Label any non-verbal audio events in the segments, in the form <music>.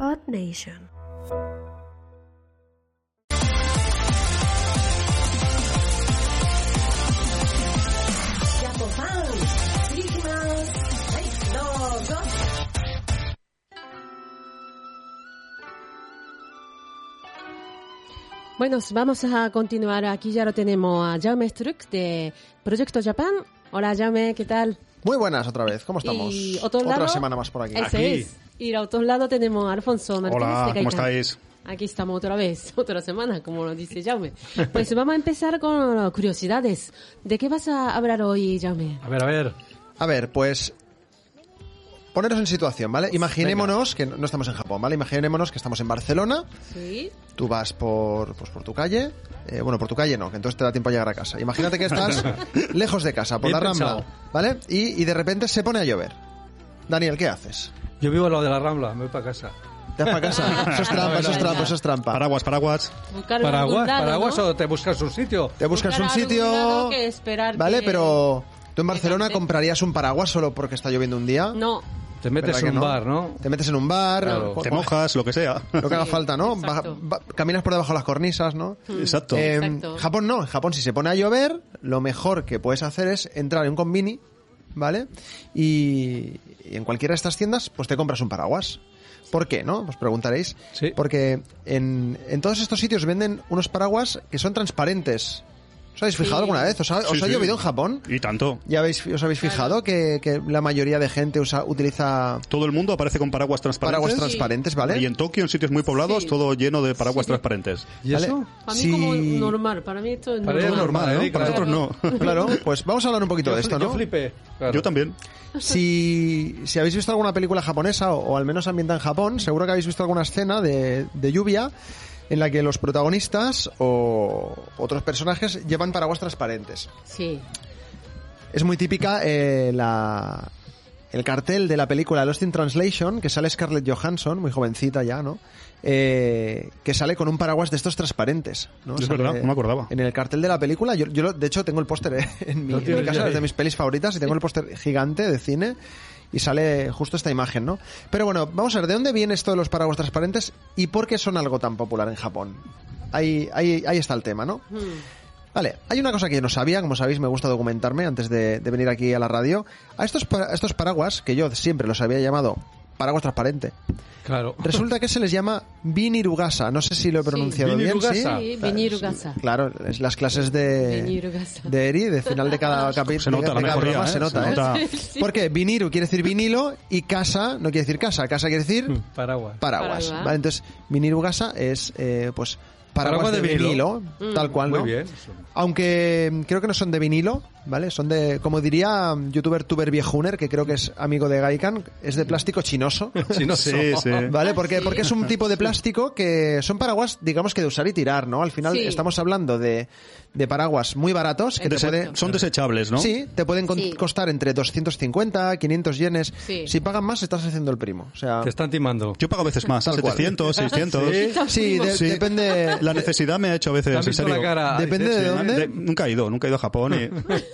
Earth Nation. Bueno, vamos a continuar. Aquí ya lo tenemos a Jaume Struck de Proyecto Japan. Hola, Jaume, ¿qué tal? Muy buenas otra vez, ¿cómo estamos? Y otro otra lado- semana más por aquí. Eso Aquí. es. Y a otro lado tenemos a Alfonso Martínez Hola, de ¿cómo Gaitán. estáis? Aquí estamos otra vez, <laughs> otra semana, como lo dice Jaume. Pues vamos a empezar con curiosidades. ¿De qué vas a hablar hoy, Jaume? A ver, a ver. A ver, pues poneros en situación, ¿vale? Imaginémonos que no no estamos en Japón, ¿vale? Imaginémonos que estamos en Barcelona, Sí. tú vas por, pues, por tu calle, eh, bueno, por tu calle no, que entonces te da tiempo a llegar a casa. Imagínate <laughs> que estás lejos de casa, por Bien la pensado. rambla, ¿vale? Y, y de repente se pone a llover. Daniel, ¿qué haces? Yo vivo al lado de la Rambla, me voy para casa. ¿Te vas para <laughs> casa? Eso es trampa, eso es trampa, eso es trampa. Paraguas, paraguas. Buscar un Paraguas, lado, paraguas ¿no? o te buscas un sitio. Te buscas Buscar un algún lado sitio... que esperar ¿Vale? que- Pero tú en que Barcelona cante. comprarías un paraguas solo porque está lloviendo un día. No. Te metes ¿Verdad en que un bar, ¿no? Te metes en un bar, Claro. cu- Te mojas, lo <laughs> que sea. lo que haga Sí, falta, ¿no? Baja- exacto. Mm. ba- caminas por debajo de las cornisas, ¿no? Exacto. Eh, Exacto. Japón no, en Japón si se pone a llover, lo mejor que puedes hacer es entrar en un convini, ¿vale? Y, y en cualquiera de estas tiendas, pues te compras un paraguas. ¿Por qué, no? Os preguntaréis. Sí. Porque en, en todos estos sitios venden unos paraguas que son transparentes. ¿Os habéis fijado Sí. alguna vez? ¿Os ha, os Sí, ha sí. llovido en Japón? Y tanto. ¿Ya habéis, os habéis fijado que, que la mayoría de gente usa, utiliza Todo el mundo aparece con paraguas transparentes. paraguas transparentes, ¿vale? Y en Tokio, en sitios muy poblados, Sí. todo lleno de paraguas transparentes. ¿Y ¿Vale? eso? Para mí Sí. como normal, para mí esto es Para normal. él normal, ¿no? ¿eh? Para Claro. nosotros <laughs> no. Claro, pues vamos a hablar un poquito Yo de fli- esto, Yo ¿no? flipé. claro. Yo también. Si, si habéis visto alguna película japonesa o, o al menos ambientada en Japón, seguro que habéis visto alguna escena de, de lluvia en la que los protagonistas o otros personajes llevan paraguas transparentes. Sí. Es muy típica eh, la, el cartel de la película Lost in Translation, que sale Scarlett Johansson, muy jovencita ya, ¿no? Eh, que sale con un paraguas de estos transparentes. ¿no? Es Sale verdad, no me acordaba. En el cartel de la película, yo, yo lo- de hecho tengo el póster eh, <laughs> en mi, Lo en mi tienes casa, ahí. es de mis pelis favoritas, y tengo el póster gigante de cine. Y sale justo esta imagen, ¿no? Pero bueno, vamos a ver, ¿de dónde viene esto de los paraguas transparentes y por qué son algo tan popular en Japón? Ahí, ahí, ahí está el tema, ¿no? Hmm. Vale, hay una cosa que yo no sabía, como sabéis, me gusta documentarme antes de, de venir aquí a la radio. A estos, pa- a estos paraguas, que yo siempre los había llamado paraguas transparente, <laughs> Claro. resulta que se les llama vinirugasa. No sé si lo he pronunciado bien, Ah, ¿sí? vinirugasa. Sí, venir casa. Claro, es las clases de, Vinirugasa. de Eri, de final de cada capítulo. Se nota de la cada mejoría, programa, ¿eh? Se nota, Se ¿eh? nota. Porque viniru quiere decir vinilo y casa no quiere decir casa. Casa quiere decir <laughs> Hmm. Paraguas. paraguas. Paraguas. ¿vale? Entonces, vinirugasa es, eh, pues, paraguas, Paraguas de, de vinilo, vinilo. tal cual, Muy ¿no? bien. Aunque mm, creo que no son de vinilo, ¿vale? Son de, como diría mm, youtuber Tuber Viejuner, que creo que es amigo de Gaikan, es Hmm. de plástico <laughs> chinoso. Si no Sí, sí. ¿Vale? Porque, Ah, sí. porque es <laughs> un tipo de plástico que son paraguas, digamos que de usar y tirar, ¿no? Al final Sí. estamos hablando de, de paraguas muy baratos que te Exacto. puede- Son desechables, ¿no? Sí, te pueden con- Sí. costar entre 250, 500 yenes. Sí. Si pagan más, estás haciendo el primo. O sea, <laughs> Te están timando. Yo pago a veces más, Tal cual. <laughs> 700, 600. sí, de- Sí. <laughs> depende. La necesidad me ha hecho a Te veces, han en visto serio. la cara. Depende dices, de "Sí, dónde". De- nunca he ido, nunca he ido a Japón. <laughs> y-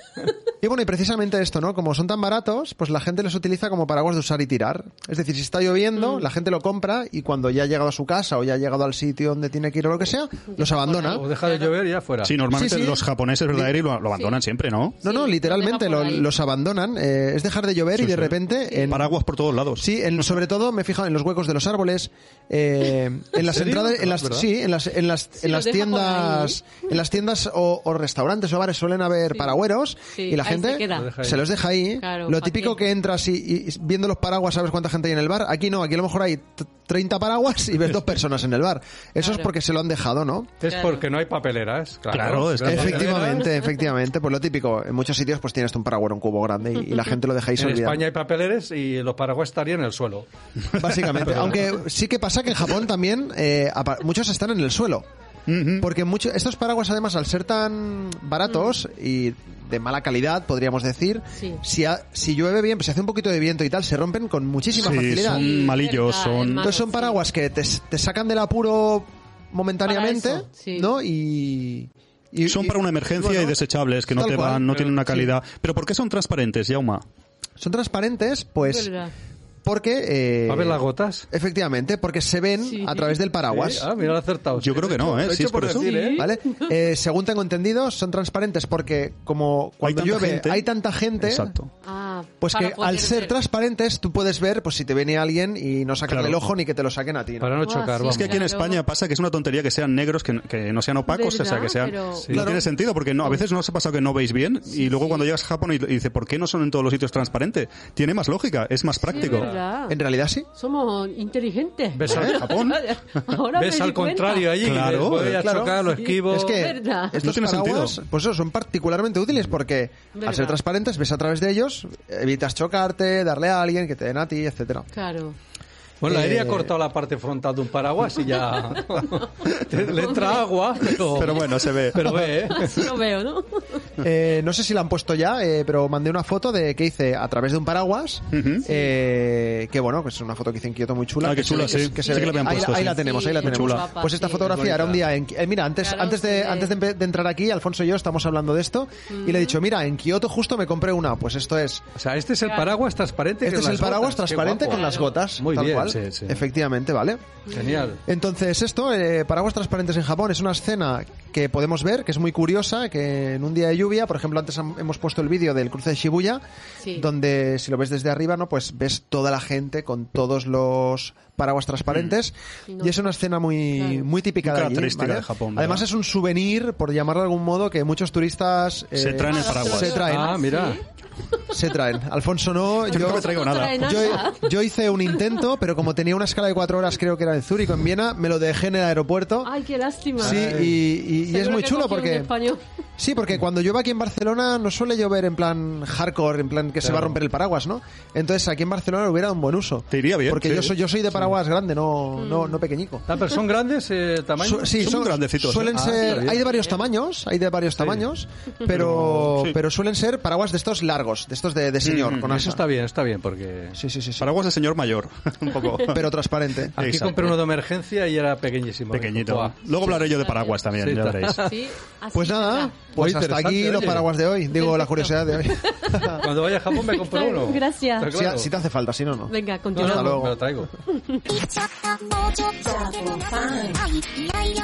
Y bueno, y precisamente esto, ¿no? Como son tan baratos, pues la gente los utiliza como paraguas de usar y tirar. Es decir, si está lloviendo, Mm. la gente lo compra y cuando ya ha llegado a su casa o ya ha llegado al sitio donde tiene que ir o lo que sea, los abandona. O deja de llover y ya fuera. Sí, normalmente Sí, sí. los japoneses, ¿verdad, Eri? Lo, lo abandonan siempre, ¿no? No, no, Sí, literalmente los deja lo- por ahí. los abandonan. eh, es dejar de llover y de repente... En, Paraguas por todos lados. Sí, en- sobre todo me he fijado en los huecos de los árboles, eh, en las ¿En serio? Ah, entradas, en las, ¿Verdad? sí, en las, en las, en lo las deja por tiendas, en las tiendas o, o restaurantes o bares suelen haber paragüeros Sí, y la ahí gente se queda. Lo deja ahí. se los deja ahí. Claro, lo ¿pa' típico qué? que entras y, y- y viendo los paraguas sabes cuánta gente hay en el bar. Aquí no, aquí a lo mejor hay t- 30 paraguas y ves dos personas en el bar. Eso es Claro. porque se lo han dejado, ¿no? Es Claro. porque no hay papeleras. Claro, Claro, es que- Las Efectivamente, efectivamente. Pues lo típico, en muchos sitios pues tienes un paraguero, un cubo grande y, y la gente lo deja ahí se En olvida. España hay papeleres y los paraguas estarían en el suelo. <laughs> Básicamente. Aunque sí que pasa que en Japón también eh, apa- muchos están en el suelo. Mm. Porque muchos estos paraguas, además, al ser tan baratos y de mala calidad, podríamos decir, Mm. Sí. si, ha- si llueve bien, pues, si hace un poquito de viento y tal, se rompen con muchísima Sí, facilidad. son Sí, malillos, verdad, son... hermano. Entonces son paraguas que te, te sacan del apuro momentáneamente, Para eso, sí. ¿no? Y, y- Son y- para una emergencia y bueno, desechables que no tal te van, cual. no tienen una calidad. Pero ¿por qué son transparentes, Yauma? Son transparentes, pues... Verdad. Porque... eh, ¿Va a ver las gotas? Efectivamente, porque se ven Sí. a través del paraguas. Sí, Ah, mira, lo he acertado. Yo creo que no, ¿eh? Lo he Sí, hecho es por eso. decir, ¿eh? <laughs> ¿Vale? Eh, según tengo entendido, son transparentes porque como cuando tanta llueve gente. hay tanta gente, Exacto. Ah, pues para que poder al ser ver. transparentes tú puedes ver pues si te viene alguien y no sacarle Claro. el ojo ni que te lo saquen a ti. ¿no? Para no Ah, chocar, sí, vamos. Es que aquí en Claro. España pasa que es una tontería que sean negros, que, que no sean opacos, o sea, ¿Verdad? que sean... Pero- No Claro. tiene sentido, porque no, a veces no se ha pasado que no veis bien, y luego sí. cuando llegas a Japón y, y dices, ¿por qué no son en todos los sitios transparentes? Tiene más lógica, es más práctico. ¿Eh? Sí, ¿verdad? En realidad sí. Somos inteligentes. <laughs> ¿Ves al, Japón? Ahora ves me al di cuenta. contrario allí? Claro, Claro. Voy a claro. chocar, lo Sí. esquivo. Es que Verdad. No estos tiene paraguas, sentido. pues eso, son particularmente útiles porque al Verdad. ser transparentes ves a través de ellos, evitas chocarte, darle a alguien que te den a ti, etcétera. Claro. Bueno, la Eh, Eri ha cortado la parte frontal de un paraguas <laughs> y ya. <laughs> Te- Le entra agua, pero. Pero bueno, se ve. pero ve, ¿eh? Así lo veo, ¿no? Eh, no sé si la han puesto ya, eh, pero mandé una foto de que hice a través de un paraguas. Ujú. eh, que bueno, que es una foto que hice en Kioto muy chula. Ah, que qué se chula, ve que- sí. que se ve- Sí que la habían ahí, puesto, ahí sí. la tenemos, ahí la Sí, tenemos. muy guapa, pues esta sí. fotografía era un día en. eh, mira, antes, Claro, antes, se de, ve. antes de, empe- de entrar aquí, Alfonso y yo estamos hablando de esto. Y le he Mm. dicho, mira, en Kioto justo me compré una. Pues esto es. O sea, este es el paraguas transparente. Este con es el las paraguas gotas. Qué transparente guapo. con las gotas. Muy tal bien, cual. sí, sí. Efectivamente, vale. Genial. Entonces, esto, eh, paraguas transparentes en Japón, es una escena que podemos ver, que es muy curiosa, que en un día de lluvia, por ejemplo, antes han- hemos puesto el vídeo del cruce de Shibuya, Sí. donde si lo ves desde arriba, ¿no? Pues ves toda la gente con todos los paraguas transparentes. Y Y, no- es una escena muy, Mm. Claro. muy típica Muy de allí, característica ¿vale? de Japón, ¿verdad? Además, es un souvenir, por llamarlo de algún modo, que muchos turistas eh, Se traen el paraguas. se traen. Ah, mira. se traen. Alfonso no, yo, no me traigo nada. yo, yo hice un intento, pero como tenía una escala de cuatro horas, creo que era en Zúrich o en Viena, me lo dejé en el aeropuerto. Ay, qué lástima. Sí, y, y- y es Seguro muy que chulo cogí un porque... español. Sí, porque cuando llueve aquí en Barcelona no suele llover en plan hardcore, en plan que se va a romper el paraguas, ¿no? Entonces aquí en Barcelona le hubiera dado un buen uso. Te iría bien, Porque sí. yo, soy, yo soy de paraguas grande, Mm. no, no, no pequeñico. Ah, pero son grandes eh, tamaño. Su- sí, Son grandecitos, ¿eh? Suelen Ah, está ser, bien. hay de varios tamaños, hay de varios tamaños, pero, Sí. Mm, pero suelen ser paraguas de estos largos, de estos de, de señor, con Eso asa. está bien, está bien, porque. Sí, sí, sí, sí. Paraguas de señor mayor, <laughs> un poco. Pero transparente. Aquí Exacto. compré uno de emergencia y era pequeñísimo. Pequeñito. Buah. Luego hablaré yo de paraguas también, Sí. ya veréis. Sí, así Pues nada, será. pues Muy hasta aquí interesante, los oye. paraguas de hoy. Digo, la Perfecto. curiosidad de <laughs> hoy. Cuando vaya a Japón me compro Perfecto, uno. gracias. Está Si- claro. Si, te hace falta, si no, no. Venga, No, no, continuamos. Hasta luego. Me lo traigo. ちょっともうちょっと愛いやいや